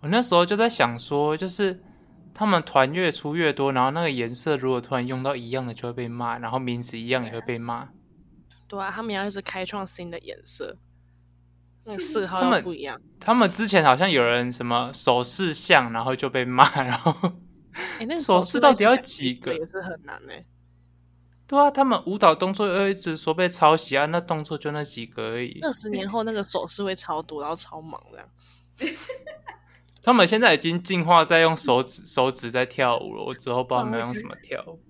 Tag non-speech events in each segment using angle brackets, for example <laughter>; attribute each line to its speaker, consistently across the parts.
Speaker 1: 我那时候就在想说，就是他们团越出越多，然后那个颜色如果突然用到一样的，就会被骂，然后名字一样也会被骂。
Speaker 2: 对啊，他们要一直开创新的颜色，那个色号
Speaker 1: 他
Speaker 2: 要
Speaker 1: 们
Speaker 2: 不一样。
Speaker 1: 他们之前好像有人什么手势像，然后就被骂，然后
Speaker 2: 哎、那个
Speaker 1: 手势到底要几个
Speaker 2: 也是很难呢、
Speaker 1: 对啊，他们舞蹈动作又一直说被抄袭啊，那动作就那几个而已。
Speaker 2: 二十年后那个手势会超多，然后超忙这样。
Speaker 1: 他们现在已经进化在用手指手指在跳舞了，我之后不知道他们要用什么跳舞。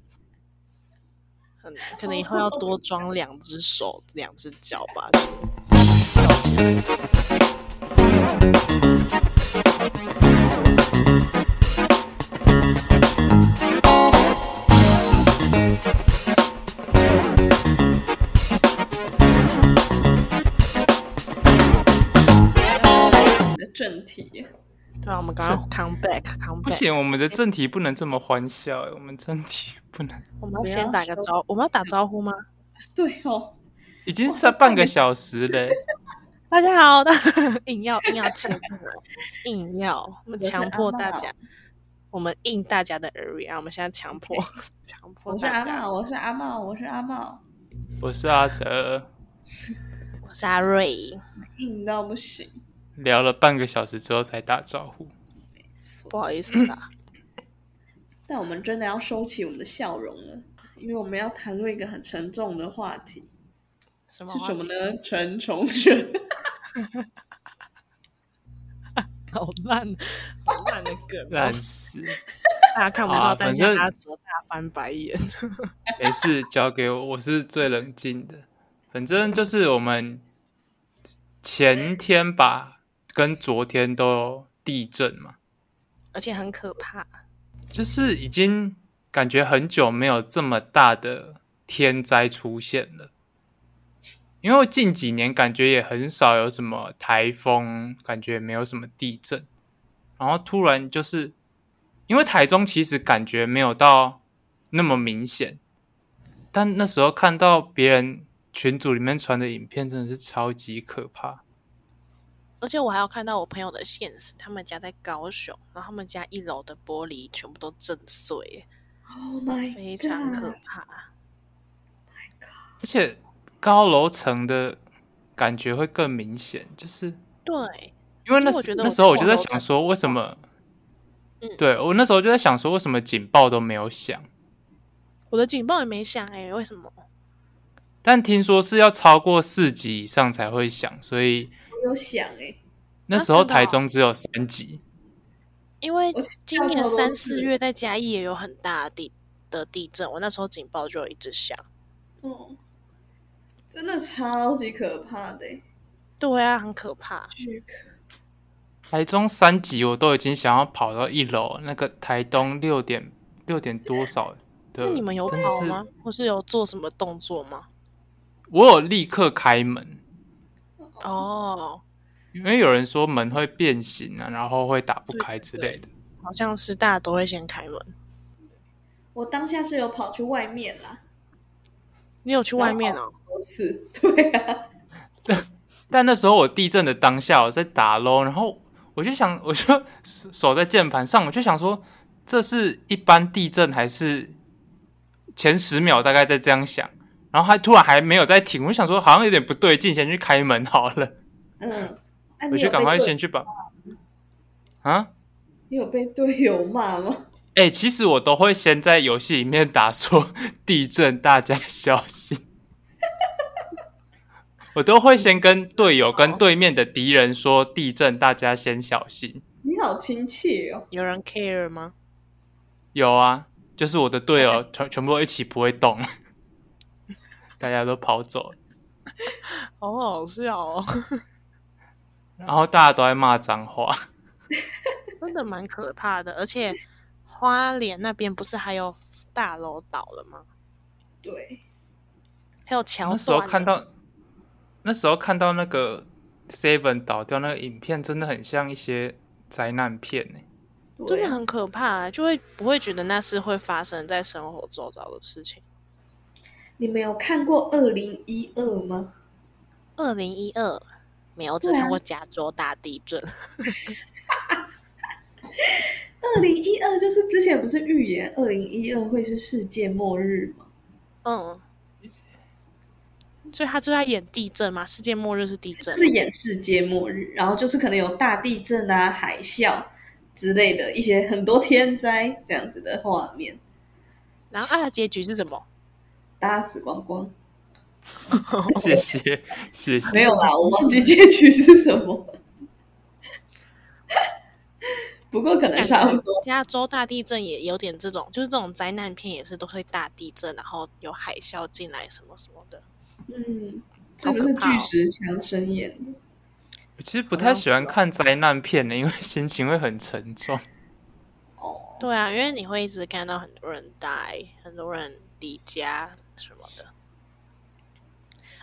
Speaker 2: 很难可能以后
Speaker 1: 哦
Speaker 2: 要多装两只手、两只脚吧，就跳起来。
Speaker 3: 你的正题，
Speaker 2: 对啊，我们刚刚 come back come
Speaker 1: 不
Speaker 2: back，
Speaker 1: 行，我们的正题不能这么欢笑、欸，我们正题不能， <laughs>
Speaker 2: 我们要先打个招，我们要打招呼吗？
Speaker 3: 对哦，
Speaker 1: 已经在半个小时嘞、
Speaker 2: 大家好， <laughs> 大硬要硬要切进来，硬要我们强迫大家，我们应大家的耳语，然后我们现在强
Speaker 1: <laughs>
Speaker 2: 迫强迫
Speaker 3: 我是
Speaker 2: 大
Speaker 3: 阿
Speaker 2: 家。
Speaker 3: 茂，我是阿茂，我是阿茂，
Speaker 1: 我是阿哲，
Speaker 2: 我是阿瑞，
Speaker 3: 硬到嗯不行，
Speaker 1: 聊了半个小时之后才打招呼。
Speaker 2: 不好意思啊啦，
Speaker 3: 但我们真的要收起我们的笑容了，因为我们要谈论一个很沉重的话题，
Speaker 2: 什么
Speaker 3: 是
Speaker 2: 话
Speaker 3: 什么呢？陈崇轩，
Speaker 2: 好烂， <laughs> 好烂的梗，哦
Speaker 1: 烂死，
Speaker 2: 大家看不
Speaker 1: 好
Speaker 2: 到，
Speaker 1: 啊
Speaker 2: 但
Speaker 1: 反
Speaker 2: 是
Speaker 1: 正
Speaker 2: 阿泽大翻白眼。
Speaker 1: 没事，交给我，我是最冷静的。反正就是我们前天吧，跟昨天都有地震嘛，
Speaker 2: 而且很可怕。
Speaker 1: 就是已经感觉很久没有这么大的天灾出现了。因为近几年感觉也很少有什么台风，感觉也没有什么地震，然后突然就是，因为台中其实感觉没有到那么明显，但那时候看到别人群组里面传的影片，真的是超级可怕。
Speaker 2: 而且我还有看到我朋友的现实，他们家在高雄，然后他们家一楼的玻璃全部都震碎，
Speaker 3: ，Oh my
Speaker 2: 非常可
Speaker 3: god，
Speaker 2: 怕。
Speaker 1: 而且高楼层的感觉会更明显，就是
Speaker 2: 对，
Speaker 1: 因为那
Speaker 2: 因为我
Speaker 1: 时
Speaker 2: 觉得
Speaker 1: 那
Speaker 2: 我
Speaker 1: 时候我
Speaker 2: 过
Speaker 1: 就在
Speaker 2: 楼
Speaker 1: 想
Speaker 2: 层
Speaker 1: 说，为什么？
Speaker 2: 嗯
Speaker 1: 对我那时候就在想说，为什么警报都没有响？
Speaker 2: 我的警报也没响哎、为什么？
Speaker 1: 但听说是要超过四级以上才会响，所以
Speaker 3: 我有想哎，
Speaker 1: 那
Speaker 2: 啊
Speaker 1: 时候
Speaker 2: 真的哦
Speaker 1: 台中只有三级。
Speaker 2: 因为
Speaker 3: 我吓
Speaker 2: 今
Speaker 3: 超
Speaker 2: 年
Speaker 3: 多
Speaker 2: 三
Speaker 3: 次
Speaker 2: 四月在嘉义也有很大的地的地震，我那时候警报就有一直响。
Speaker 3: 嗯，真的超级可怕的欸，
Speaker 2: 对啊，很可怕。
Speaker 3: 巨可
Speaker 1: 台中三级我都已经想要跑到一楼，那个台东六点六点多少的？
Speaker 2: 那你们有
Speaker 1: 嗯真的
Speaker 2: 跑
Speaker 1: 是？
Speaker 2: 吗？或是有做什么动作吗？
Speaker 1: 我有立刻开门，
Speaker 2: 哦，
Speaker 1: 因为有人说门会变形啊，然后会打不开之类的。
Speaker 2: 好像是大家都会先开门。
Speaker 3: 我当下是有跑去外面啦，
Speaker 2: 你有去外面哦？
Speaker 3: 多次，对啊，
Speaker 1: 但那时候我地震的当下，我在打咯，然后我就想， <laughs> 我就手手在键盘上，我就想说，这是一般地震还是前十秒大概在这样想，然后还突然还没有在停，我就想说好像有点不对劲，先去开门好了，
Speaker 3: 嗯，啊
Speaker 1: 我
Speaker 3: 你
Speaker 1: 就
Speaker 3: 有
Speaker 1: 赶快
Speaker 3: 被队
Speaker 1: 先去把啊。
Speaker 3: 你有被队友骂吗？
Speaker 1: 哎、其实我都会先在游戏里面打说 <laughs> 地震，大家小心。我都会先跟队友、跟对面的敌人说地震，大家先小心。
Speaker 3: 你好亲切哦，
Speaker 2: 有人 care 吗？
Speaker 1: 有啊，就是我的队友全全部都一起不会动， <laughs> 大家都跑走了，
Speaker 2: 好好笑哦， <laughs>
Speaker 1: 然后大家都在骂脏话。
Speaker 2: 真的蛮可怕的。而且花莲那边不是还有大楼倒了吗？
Speaker 3: 对。
Speaker 2: 还有桥
Speaker 1: <laughs> 那时候
Speaker 2: 断了。
Speaker 1: 看到，那时候看到那个 Seven 倒掉那个影片，真的很像一些灾难片欸呢、
Speaker 3: 对
Speaker 2: 真的
Speaker 3: 啊
Speaker 2: 很可怕、欸就会不会觉得那是会发生在生活周遭的事情？
Speaker 3: 你们有看过二零一二吗？
Speaker 2: 二零一二没有，我只
Speaker 3: 对啊
Speaker 2: 看过加州大地震，
Speaker 3: 前不是预言二零一二会是世界末日吗？
Speaker 2: 嗯，所以他就在演地震嘛，世界末日是地震
Speaker 3: 就，是演世界末日，然后就是可能有大地震啊、海啸之类的一些很多天灾这样子的画面，
Speaker 2: 然后啊，结局是什么？
Speaker 3: 大家死光光。
Speaker 1: 谢谢谢谢，
Speaker 3: 没有 <laughs> 啦，我忘记结局是什么。 <laughs> 不过可能 <laughs> 差不 <laughs> 多，
Speaker 2: 加州大地震也有点这种，就是这种灾难片也是都会大地震，然后有海啸进来什么什么的。
Speaker 3: 嗯，是不是巨石强森演的？
Speaker 1: 我其实不太喜欢
Speaker 2: 啊
Speaker 1: 看灾难片的，因为心情会很沉重。
Speaker 2: <laughs>
Speaker 3: 哦，
Speaker 2: 对啊，因为你会一直看到很多人呆，很多人离家什么的。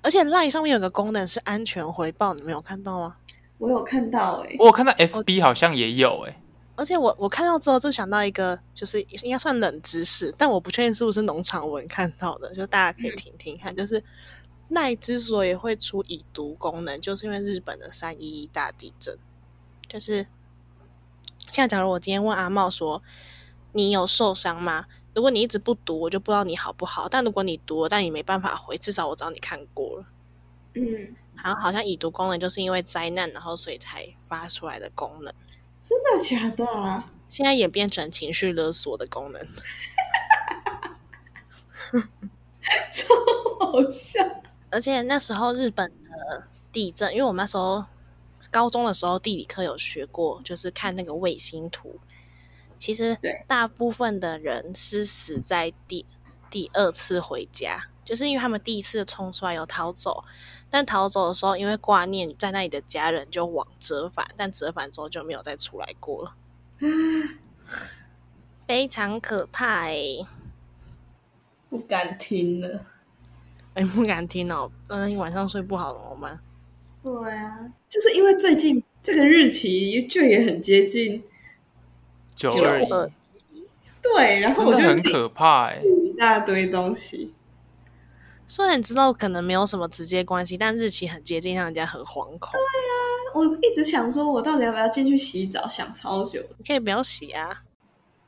Speaker 2: 而且 LINE 上面有个功能是安全回报，你们有看到吗？
Speaker 3: 我有看到哎、
Speaker 1: 我有看
Speaker 2: 哦
Speaker 1: 到 FB 好像也有哎、
Speaker 2: 而且我我看到之后就想到一个，就是应该算冷知识，但我不确定是不是农场文看到的，就大家可以听听看。就是奈之所以会出已读功能，就是因为日本的三一一大地震。就是像假如我今天问阿茂说你有受伤吗？如果你一直不读，我就不知道你好不好。但如果你读了，但你没办法回，至少我知道你看过了。
Speaker 3: 嗯，
Speaker 2: 好像好像已读功能就是因为灾难，然后所以才发出来的功能。
Speaker 3: 真的假的啊？
Speaker 2: 现在演变成情绪勒索的功能。
Speaker 3: <laughs> 超好笑！
Speaker 2: 而且那时候日本的地震，因为我们那时候高中的时候地理课有学过，就是看那个卫星图。其实
Speaker 3: 对
Speaker 2: 大部分的人是死在第第二次回家，就是因为他们第一次冲出来有逃走，但逃走的时候因为挂念在那里的家人，就往折返，但折返之后就没有再出来过了，非常可怕哎、
Speaker 3: 不敢听了。
Speaker 2: 哎，不敢听哦，嗯，晚上睡不好了，我们
Speaker 3: 对啊，就是因为最近这个日期就也很接近，
Speaker 1: 九
Speaker 2: 九
Speaker 1: 二一，
Speaker 2: 二
Speaker 3: 对，然
Speaker 1: 真
Speaker 3: 后我
Speaker 1: 的
Speaker 3: 就
Speaker 1: 很
Speaker 3: 记
Speaker 1: 可怕哎、
Speaker 3: 一大堆东西。
Speaker 2: 虽然知道可能没有什么直接关系，但日期很接近，让人家很惶恐。
Speaker 3: 我一直想说，我到底要不要进去洗澡？想超久。
Speaker 2: 你可以不要洗啊，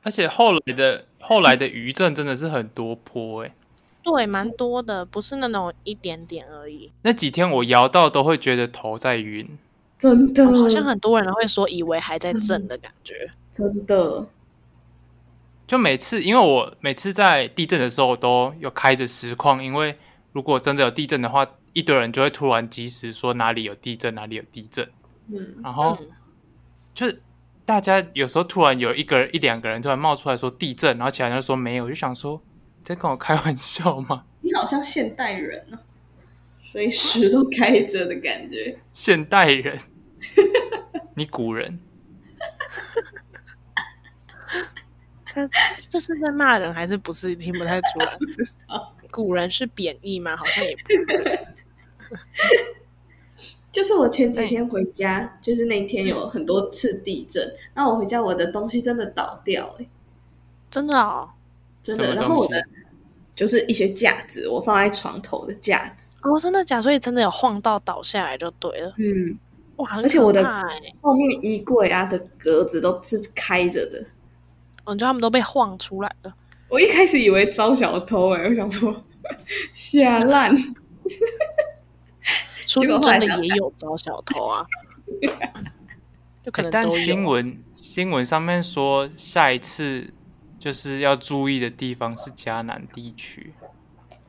Speaker 1: 而且后来的后来的余震真的是很多波哎、
Speaker 2: 对，蛮多的，不是那种一点点而已。
Speaker 1: 那几天我摇到都会觉得头在晕，
Speaker 3: 真的
Speaker 2: 好像很多人会说以为还在
Speaker 3: 嗯
Speaker 2: 震的感觉。
Speaker 3: 真的，
Speaker 1: 就每次因为我每次在地震的时候我都有开着实况，因为如果真的有地震的话，一堆人就会突然及时说哪里有地震，哪里有地震，
Speaker 3: 嗯，
Speaker 1: 然后
Speaker 2: 嗯，
Speaker 1: 就是大家有时候突然有一个人一两个人突然冒出来说地震，然后其他人就说没有，我就想说你在跟我开玩笑吗？ <laughs>
Speaker 3: 你好像现代人啊呢、随时都开着的感觉。
Speaker 1: 现代
Speaker 2: <laughs>
Speaker 1: 人，你古人，
Speaker 2: 他这是在骂人还是不是？听不太出
Speaker 3: <laughs>
Speaker 2: 来。古人是贬义吗？好像也不
Speaker 3: 就是我前几天回家，就是那一天有很多次地震，然后我回家，我的东西真的倒掉、欸，
Speaker 2: 真的哦。
Speaker 3: 真
Speaker 1: 什
Speaker 3: 的。
Speaker 1: 么
Speaker 3: 然后我
Speaker 1: 东西
Speaker 3: 的就是一些架子，我放在床头的架子，
Speaker 2: 哦，真的假的？所以真的有晃到倒下来就对了。
Speaker 3: 嗯，
Speaker 2: 哇，很
Speaker 3: 而且
Speaker 2: 可
Speaker 3: 我的
Speaker 2: 怕欸
Speaker 3: 后面衣柜啊的格子都是开着的。
Speaker 2: 哦，你知道他们都被晃出来了。
Speaker 3: 我一开始以为招小偷、欸，哎，我想说吓烂。
Speaker 2: 说不定
Speaker 3: 结果后来
Speaker 2: 真的
Speaker 3: 想
Speaker 2: 也有找小偷啊，就可能
Speaker 1: 但
Speaker 2: 都
Speaker 1: 新
Speaker 2: 有。
Speaker 1: 闻新闻上面说下一次就是要注意的地方是迦南地区，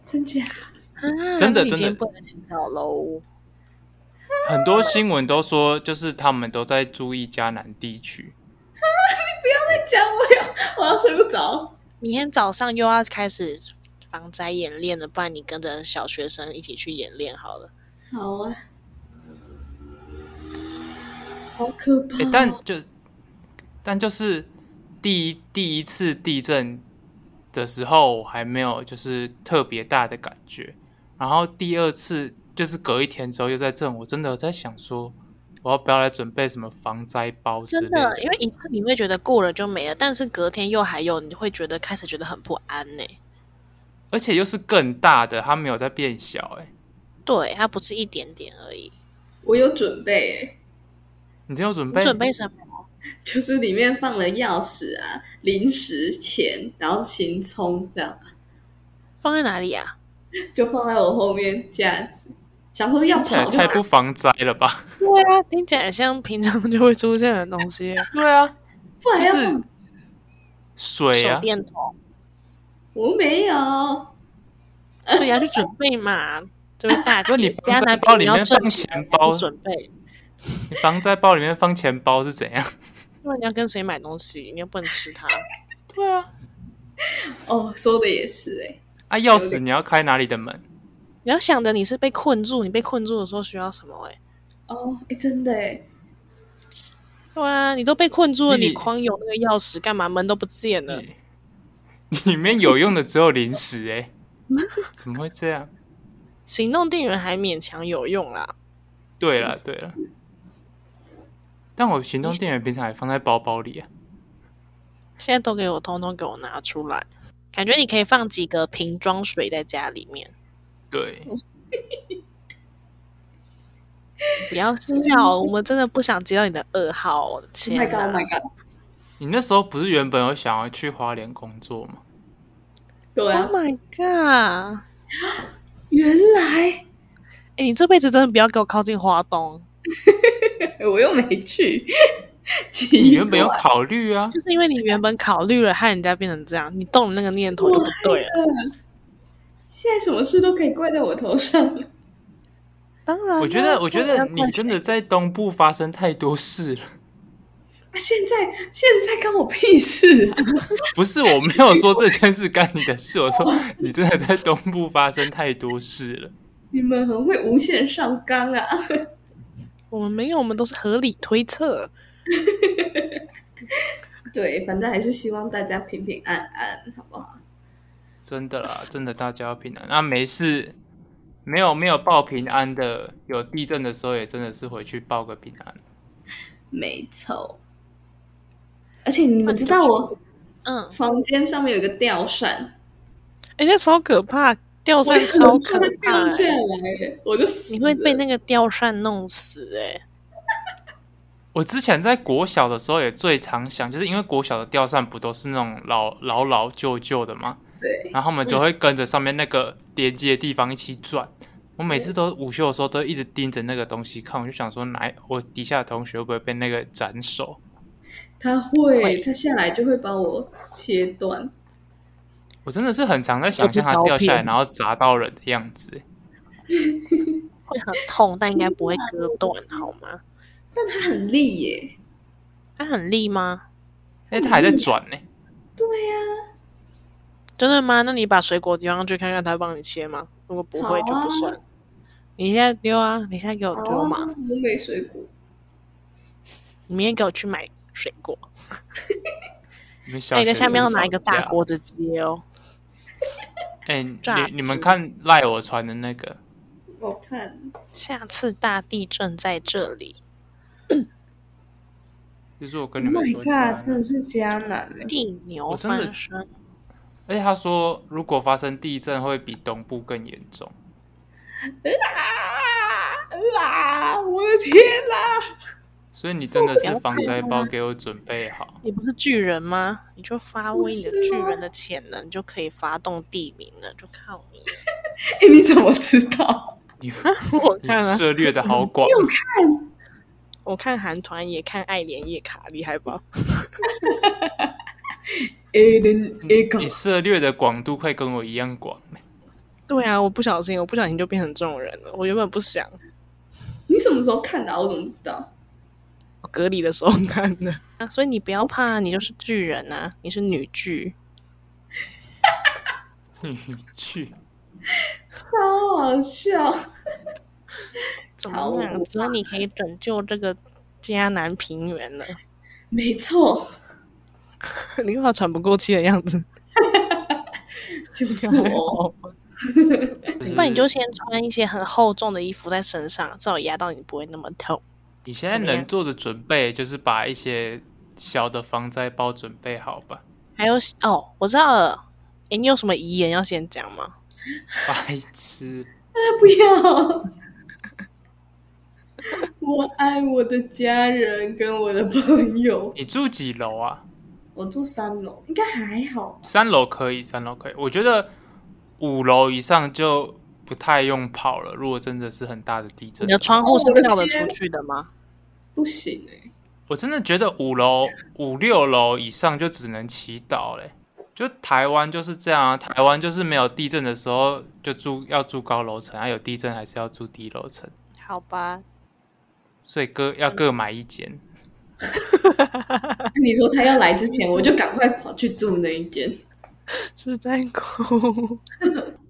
Speaker 3: 真假？
Speaker 2: 啊
Speaker 1: 真的
Speaker 2: 那
Speaker 1: 真
Speaker 2: 已
Speaker 1: 的
Speaker 2: 经不能洗澡喽。
Speaker 1: 很多新闻都说就是他们都在注意迦南地区，
Speaker 3: 再讲我要我要睡不着。
Speaker 2: 明天早上又要开始防灾演练了，不然你跟着小学生一起去演练好了。
Speaker 3: 好啊，好可怕、
Speaker 1: 诶
Speaker 2: 哦
Speaker 1: 但就但就是第一第一次地震的时候我还没有就是特别大的感觉，然后第二次就是隔一天之后又在震，我真的有在想说我要不要来准备什么防灾包之类
Speaker 2: 真的，因为一次你会觉得过了就没了，但是隔天又还有，你会觉得开始觉得很不安呢、
Speaker 1: 而且又是更大的，它没有在变小、欸。哎，
Speaker 2: 对，它不是一点点而已。
Speaker 3: 我有准备、欸，
Speaker 1: 你真有准
Speaker 2: 你
Speaker 1: 备？
Speaker 2: 准备什么？
Speaker 3: 就是里面放了钥匙啊、零食、钱，然后行葱这样，
Speaker 2: 放在哪里啊呀、
Speaker 3: 就放在我后面架子。想说要
Speaker 1: 听起来
Speaker 3: 跑就
Speaker 1: 太不防灾了吧？ <laughs>
Speaker 2: 对啊，听起来像平常就会出现的东西，
Speaker 1: 对啊，
Speaker 3: 不然
Speaker 1: 就
Speaker 3: 要
Speaker 1: 是
Speaker 3: 放，
Speaker 1: 水
Speaker 2: 手
Speaker 1: 啊，
Speaker 2: 电筒，
Speaker 3: 我没有。
Speaker 2: 所以要去准备嘛。这位大
Speaker 1: 那你
Speaker 2: 姐，
Speaker 1: 放
Speaker 2: 家
Speaker 1: 在
Speaker 2: 男
Speaker 1: 包
Speaker 2: 朋
Speaker 1: 里
Speaker 2: 友
Speaker 1: 面
Speaker 2: 要挣
Speaker 1: 放
Speaker 2: 钱，
Speaker 1: 钱
Speaker 2: 你要
Speaker 1: 包
Speaker 2: 准备，
Speaker 1: 你防灾包里面放钱包是怎样？ <laughs>
Speaker 2: 因为你要跟谁买东西，你又不能吃它。
Speaker 1: 对啊，
Speaker 3: 哦，说的也是
Speaker 1: 啊，
Speaker 3: 哎、
Speaker 1: 钥匙你要开哪里的门？
Speaker 2: 你要想着你是被困住，你被困住的时候需要什么、欸？哎，
Speaker 3: 哦，哎、真的哎，
Speaker 2: 对啊，你都被困住了，
Speaker 1: 你
Speaker 2: 你光有那个钥匙干嘛？门都不见了。
Speaker 1: <laughs> 里面有用的只有零食哎、怎么会这样？
Speaker 2: 行动电源还勉强有用啦，
Speaker 1: 对了对了，但我行动电源平常也放在包包里啊。
Speaker 2: 现在都给我通通给我拿出来。感觉你可以放几个瓶装水在家里面，
Speaker 1: 对，
Speaker 2: 不要笑，我们真的不想接到你的噩耗。
Speaker 3: 嗯 Oh
Speaker 2: 天
Speaker 3: my god，Oh
Speaker 2: 哪
Speaker 3: my god，
Speaker 1: 你那时候不是原本有想要去花莲工作吗？
Speaker 3: 对啊
Speaker 2: ！Oh，my god！
Speaker 3: 原来
Speaker 2: 哎、你这辈子真的不要给我靠近华东，
Speaker 3: <laughs> 我又没去，
Speaker 1: 你
Speaker 3: <laughs> 奇
Speaker 1: 原本有
Speaker 3: 怪，
Speaker 1: 考虑啊，
Speaker 2: 就是因为你原本考虑了，害人家变成这样，你动了那个念头就不对了。
Speaker 3: 现在什么事都可以怪在我头上了。
Speaker 2: 当然啦，
Speaker 1: 我觉得，我觉
Speaker 2: 不
Speaker 1: 得
Speaker 2: 然要怪
Speaker 1: 你真的在东部发生太多事了。
Speaker 3: 啊现在现在关我屁事 <laughs> 啊！
Speaker 1: 不是，我没有说这件事干你的事，我说你真的在东部发生太多事了。
Speaker 3: 你们很会无限上纲啊！
Speaker 2: 我们没有，我们都是合理推测。
Speaker 3: 对，反正还是希望大家平平安安，好不好？
Speaker 1: 真的啦， <laughs> 真的大家要平安。那、没事，没有没有报平安的，有地震的时候也真的是回去报个平安。
Speaker 3: 没错。而且你们知道我
Speaker 2: 嗯，
Speaker 3: 房间上面有一个吊扇，
Speaker 2: 哎、那超可怕，吊
Speaker 3: <laughs> 我
Speaker 2: 扇超可
Speaker 3: 它
Speaker 2: 怕、
Speaker 3: 掉下
Speaker 2: 欸，
Speaker 3: 来，我就死了
Speaker 2: 你会被那个吊扇弄死哎、
Speaker 1: 我之前在国小的时候也最常想，就是因为国小的吊扇不都是那种老老老旧旧的吗？
Speaker 3: 对，
Speaker 1: 然后我们就会跟着上面那个连接的地方一起转。我每次都午休的时候都一直盯着那个东西看，我就想说，哪我底下的同学会不会被那个斩首？
Speaker 3: 它会，
Speaker 2: 会
Speaker 3: 它下来就会把我切断。
Speaker 1: 我真的是很常在想象它掉下来然后砸到人的样子。
Speaker 2: 会很痛，但应该不会割断，好吗？
Speaker 3: 但它很利耶，
Speaker 2: 它很利吗？
Speaker 1: 哎，它还在转呢、
Speaker 3: 对
Speaker 2: 啊
Speaker 3: 呀、
Speaker 2: 真的吗？那你把水果丢上去看看，它会帮你切吗？如果不会
Speaker 3: 好啊
Speaker 2: 就不算。你现在丢啊！你现在给我
Speaker 3: 啊，
Speaker 2: 丢嘛！
Speaker 3: 我没水果，
Speaker 2: 你明天给我去买水果。
Speaker 1: 你们小
Speaker 2: 哎那你在
Speaker 1: 学
Speaker 2: 下面要
Speaker 1: 生
Speaker 2: 拿
Speaker 1: 吵
Speaker 2: 一个大
Speaker 1: 架
Speaker 2: 锅子接哦。
Speaker 1: 哎、
Speaker 2: 榨
Speaker 1: 你你们
Speaker 2: 汁
Speaker 1: 看赖我传的那个，
Speaker 3: 我看
Speaker 2: 下次大地震在这里，
Speaker 1: 就是我跟你们
Speaker 3: Oh ，My
Speaker 1: 说加
Speaker 3: God，真的是迦南耶
Speaker 2: 地牛
Speaker 1: 我真的
Speaker 2: 翻身。
Speaker 1: 而且他说如果发生地震会比东部更严重。
Speaker 3: 啊啊！我的天哪、
Speaker 1: 所以你真的是
Speaker 2: 了
Speaker 1: 防
Speaker 2: 解
Speaker 1: 灾包
Speaker 2: 啊
Speaker 1: 给我准备好，
Speaker 2: 你不是巨人吗？你就发挥你的
Speaker 3: 不是
Speaker 2: 巨
Speaker 3: 啊
Speaker 2: 人的潜能，就可以发动地名了，就靠你。
Speaker 3: 哎、你怎么知道？
Speaker 2: <laughs>
Speaker 1: 你
Speaker 2: 我
Speaker 1: 你
Speaker 2: 看了，
Speaker 1: 涉猎的好广，
Speaker 2: 我看韩团也看爱莲叶卡，厉害吧？
Speaker 3: A 零 A 杠
Speaker 1: 你涉猎的广度快跟我一样广 <laughs> 了。
Speaker 2: 对啊，我不小心，我不小心就变成这种人了。我原本不想，
Speaker 3: 你什么时候看的、啊？我怎么不知道？
Speaker 2: 我隔离的时候看的。 <laughs> 啊，所以你不要怕，你就是巨人啊，你是女巨。
Speaker 1: 你去，
Speaker 3: 超好笑！
Speaker 2: 怎么
Speaker 3: 好
Speaker 2: 样？所以你可以拯救这个迦南平原了。
Speaker 3: 没错，
Speaker 2: 你干嘛喘不过气的样子？
Speaker 3: 就是
Speaker 2: <laughs>
Speaker 3: 我。
Speaker 1: 不
Speaker 2: 不然你就先穿一些很厚重的衣服在身上，至少压到你不会那么痛。
Speaker 1: 你现在
Speaker 2: 怎么样
Speaker 1: 能做的准备就是把一些小的防灾包准备好吧，
Speaker 2: 还有哦，我知道了。诶，你有什么遗言要先讲吗？
Speaker 1: 白痴。
Speaker 3: 不要，我爱我的家人跟我的朋友。
Speaker 1: 你住几楼啊？
Speaker 3: 我住三楼，应该还好吧？
Speaker 1: 三楼可以，三楼可以。我觉得五楼以上就不太用跑了。如果真的是很大的地震
Speaker 2: 你的，窗
Speaker 1: 哦
Speaker 2: 户是跳得出去
Speaker 1: <laughs>
Speaker 2: 的吗？
Speaker 3: 不行哎、
Speaker 1: 我真的觉得五楼、五六楼以上就只能祈祷嘞。就台湾就是这样啊，台湾就是没有地震的时候就住要住高楼层，啊有地震还是要住低楼层，
Speaker 2: 好吧，
Speaker 1: 所以各要各买一间。
Speaker 3: 你说他要来之前，我就赶快跑去住那一间。
Speaker 2: 是在哭。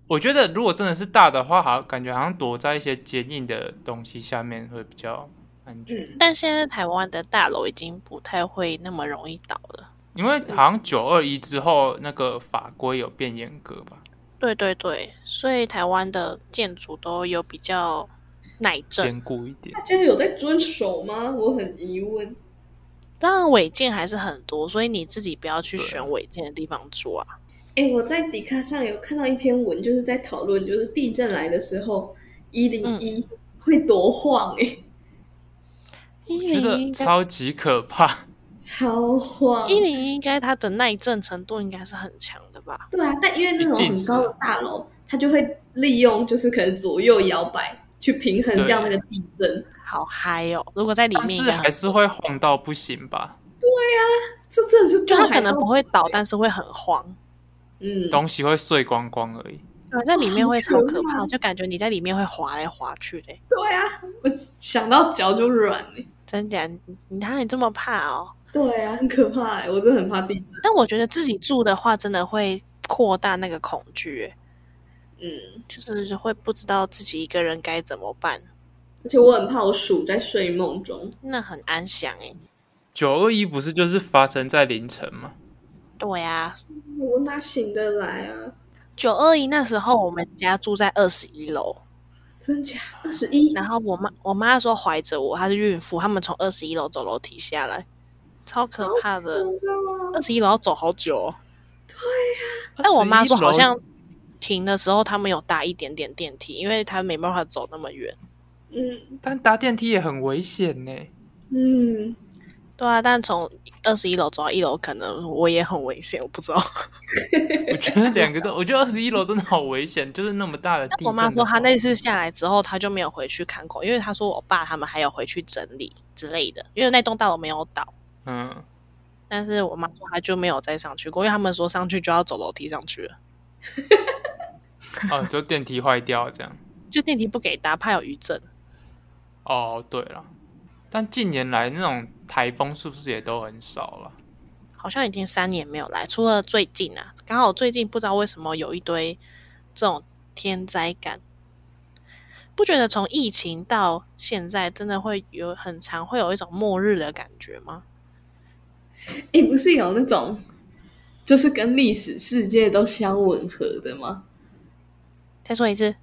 Speaker 1: 我觉得如果真的是大的话，好感觉好像躲在一些坚硬的东西下面会比较安全，
Speaker 3: 嗯，
Speaker 2: <laughs> 但现在台湾的大楼已经不太会那么容易倒了。
Speaker 1: 因为好像九二一之后那个法规有变严格吧，
Speaker 2: 对对对，所以台湾的建筑都有比较耐震，
Speaker 1: 坚固一点
Speaker 3: 大。家有在遵守吗？我很疑问。
Speaker 2: 当然违建还是很多，所以你自己不要去
Speaker 1: 对
Speaker 2: 选违建的地方住啊。
Speaker 3: 哎、我在迪卡上有看到一篇文，就是在讨论，就是地震来的时候，一零一会多晃哎、
Speaker 2: 一
Speaker 1: 觉
Speaker 2: 零一
Speaker 1: 得
Speaker 2: 应该
Speaker 1: 超级可怕。
Speaker 3: 超
Speaker 1: 嗯
Speaker 3: 晃。
Speaker 2: 一零一应该它的耐震程度应该是很强的吧？
Speaker 3: 对啊，但因为那种
Speaker 1: 一定
Speaker 3: 很
Speaker 1: 是
Speaker 3: 高的大楼，它就会利用就是可能左右摇摆去平衡掉那个地震，
Speaker 2: 好嗨哦！如果在里
Speaker 1: 但
Speaker 2: 面应
Speaker 1: 是
Speaker 2: 该很，
Speaker 1: 还是会晃到不行吧？
Speaker 3: 这真的是
Speaker 2: 就
Speaker 3: 大
Speaker 2: 它
Speaker 3: 海
Speaker 2: 可能
Speaker 3: 报
Speaker 2: 不会倒，但是会很慌。
Speaker 3: 嗯，
Speaker 1: 东西会碎光光而已。
Speaker 2: 对，在里面会超可
Speaker 3: 好可
Speaker 2: 怕，
Speaker 3: 怕
Speaker 2: 就感觉你在里面会滑来滑去的。
Speaker 3: 对啊，我想到脚就软哎、
Speaker 2: 真假？你你哪里这么怕哦？
Speaker 3: 对啊，很可怕哎、我真的很怕地震，
Speaker 2: 但我觉得自己住的话，真的会扩大那个恐惧，欸
Speaker 3: 嗯，
Speaker 2: 就是会不知道自己一个人该怎么办，
Speaker 3: 而且我很怕我鼠在睡梦中，
Speaker 2: 那很安详欸诶。
Speaker 1: 九二一不是就是发生在凌晨吗？
Speaker 2: 对呀、
Speaker 3: 我哪醒得来啊？
Speaker 2: 九二一那时候我们家住在二十一楼，
Speaker 3: 真假？二十一，
Speaker 2: 然后我妈我妈说怀着我，她是孕妇，他们从二十一楼走楼梯下来，超可怕的。
Speaker 3: 啊
Speaker 2: 二十一楼要走好久、哦，但我妈说好像停的时候他们有搭一点点电梯，因为她没办法走那么远。
Speaker 1: 21
Speaker 3: 嗯
Speaker 1: 楼，但搭电梯也很危险
Speaker 2: <laughs>
Speaker 1: 呢。
Speaker 3: 嗯，
Speaker 2: 对啊，但从二十一楼走到一楼，可能我也很危险，我不知道。
Speaker 1: 我觉得两个都，我觉得二十一楼真的好危险，就是那么大的地震的
Speaker 2: 我
Speaker 1: 话。
Speaker 2: 妈说她那次下来之后，她就没有回去看过，因为她说我爸他们还有回去整理之类的，因为那栋大楼没有倒。
Speaker 1: 嗯，
Speaker 2: 但是我妈说她就没有再上去过，因为他们说上去就要走楼梯上去了，
Speaker 1: 哦，就电梯坏掉这样。
Speaker 2: 就电梯不给搭，怕有余震。
Speaker 1: 哦，对了，但近年来那种台风是不是也都很少了？
Speaker 2: 好像已经三年没有来，除了最近啊，刚好最近不知道为什么有一堆这种天灾感，不觉得从疫情到现在，真的会有很常会有一种末日的感觉吗？
Speaker 3: 哎、不是有那种就是跟历史世界都相吻合的吗？
Speaker 2: 再说一次，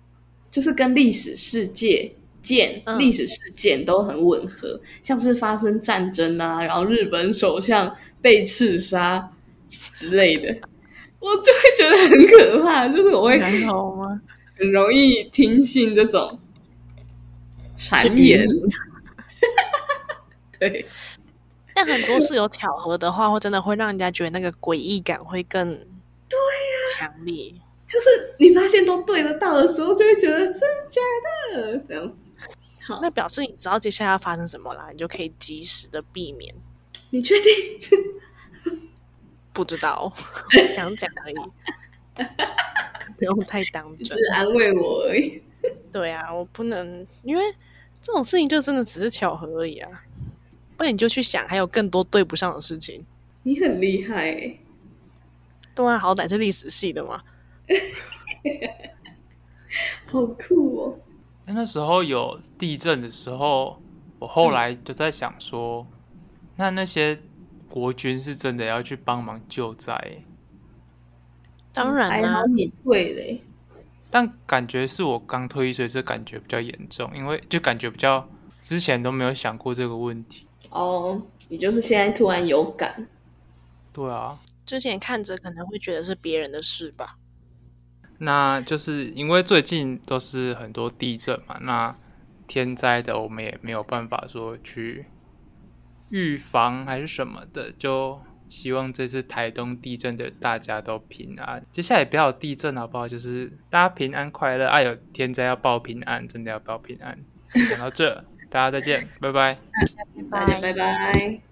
Speaker 3: 就是跟历史事件、件
Speaker 2: 嗯
Speaker 3: 历史事件都很吻合，像是发生战争啊，然后日本首相被刺杀之类的，我就会觉得很可怕，就是我会
Speaker 2: 南头吗？
Speaker 3: 很容易听信这种
Speaker 2: 这
Speaker 3: 传言
Speaker 2: 语。
Speaker 3: 对，
Speaker 2: <laughs> 但很多事有巧合的话，会真的会让人家觉得那个诡异感会更对呀强烈。
Speaker 3: 就是你发现都对得到的时候，就会觉得真的假的这样。
Speaker 2: 那表示你知道接下来要发生什么啦，你就可以及时的避免。
Speaker 3: 你确定？
Speaker 2: 不知
Speaker 3: <laughs>
Speaker 2: 道，讲讲而已，不用太当
Speaker 3: 只
Speaker 2: 真。
Speaker 3: 是安慰我而已。
Speaker 2: 对啊，我不能，因为这种事情就真的只是巧合而已啊。不然你就去想，还有更多对不上的事情。
Speaker 3: 你很厉害、欸，
Speaker 2: 对啊，好歹是历史系的嘛。
Speaker 3: 好酷哦！
Speaker 1: 但那时候有地震的时候，我后来就在想说，那那些国军是真的要去帮忙救灾欸、
Speaker 2: 当然啊
Speaker 3: 嗯还
Speaker 2: 啦、
Speaker 3: 好你会嘞，
Speaker 1: 但感觉是我刚退役，所以这感觉比较严重，因为就感觉比较之前都没有想过这个问题。
Speaker 3: 哦，你就是现在突然有感，
Speaker 1: 对啊，
Speaker 2: 之前看着可能会觉得是别人的事吧。
Speaker 1: 那就是因为最近都是很多地震嘛，那天灾的，我们也没有办法说去预防还是什么的，就希望这次台东地震的大家都平安。接下来不要有地震好不好？就是大家平安快乐啊！有天灾要报平安，真的要报平安。讲到这，大家再见，拜拜。
Speaker 3: 大家拜拜。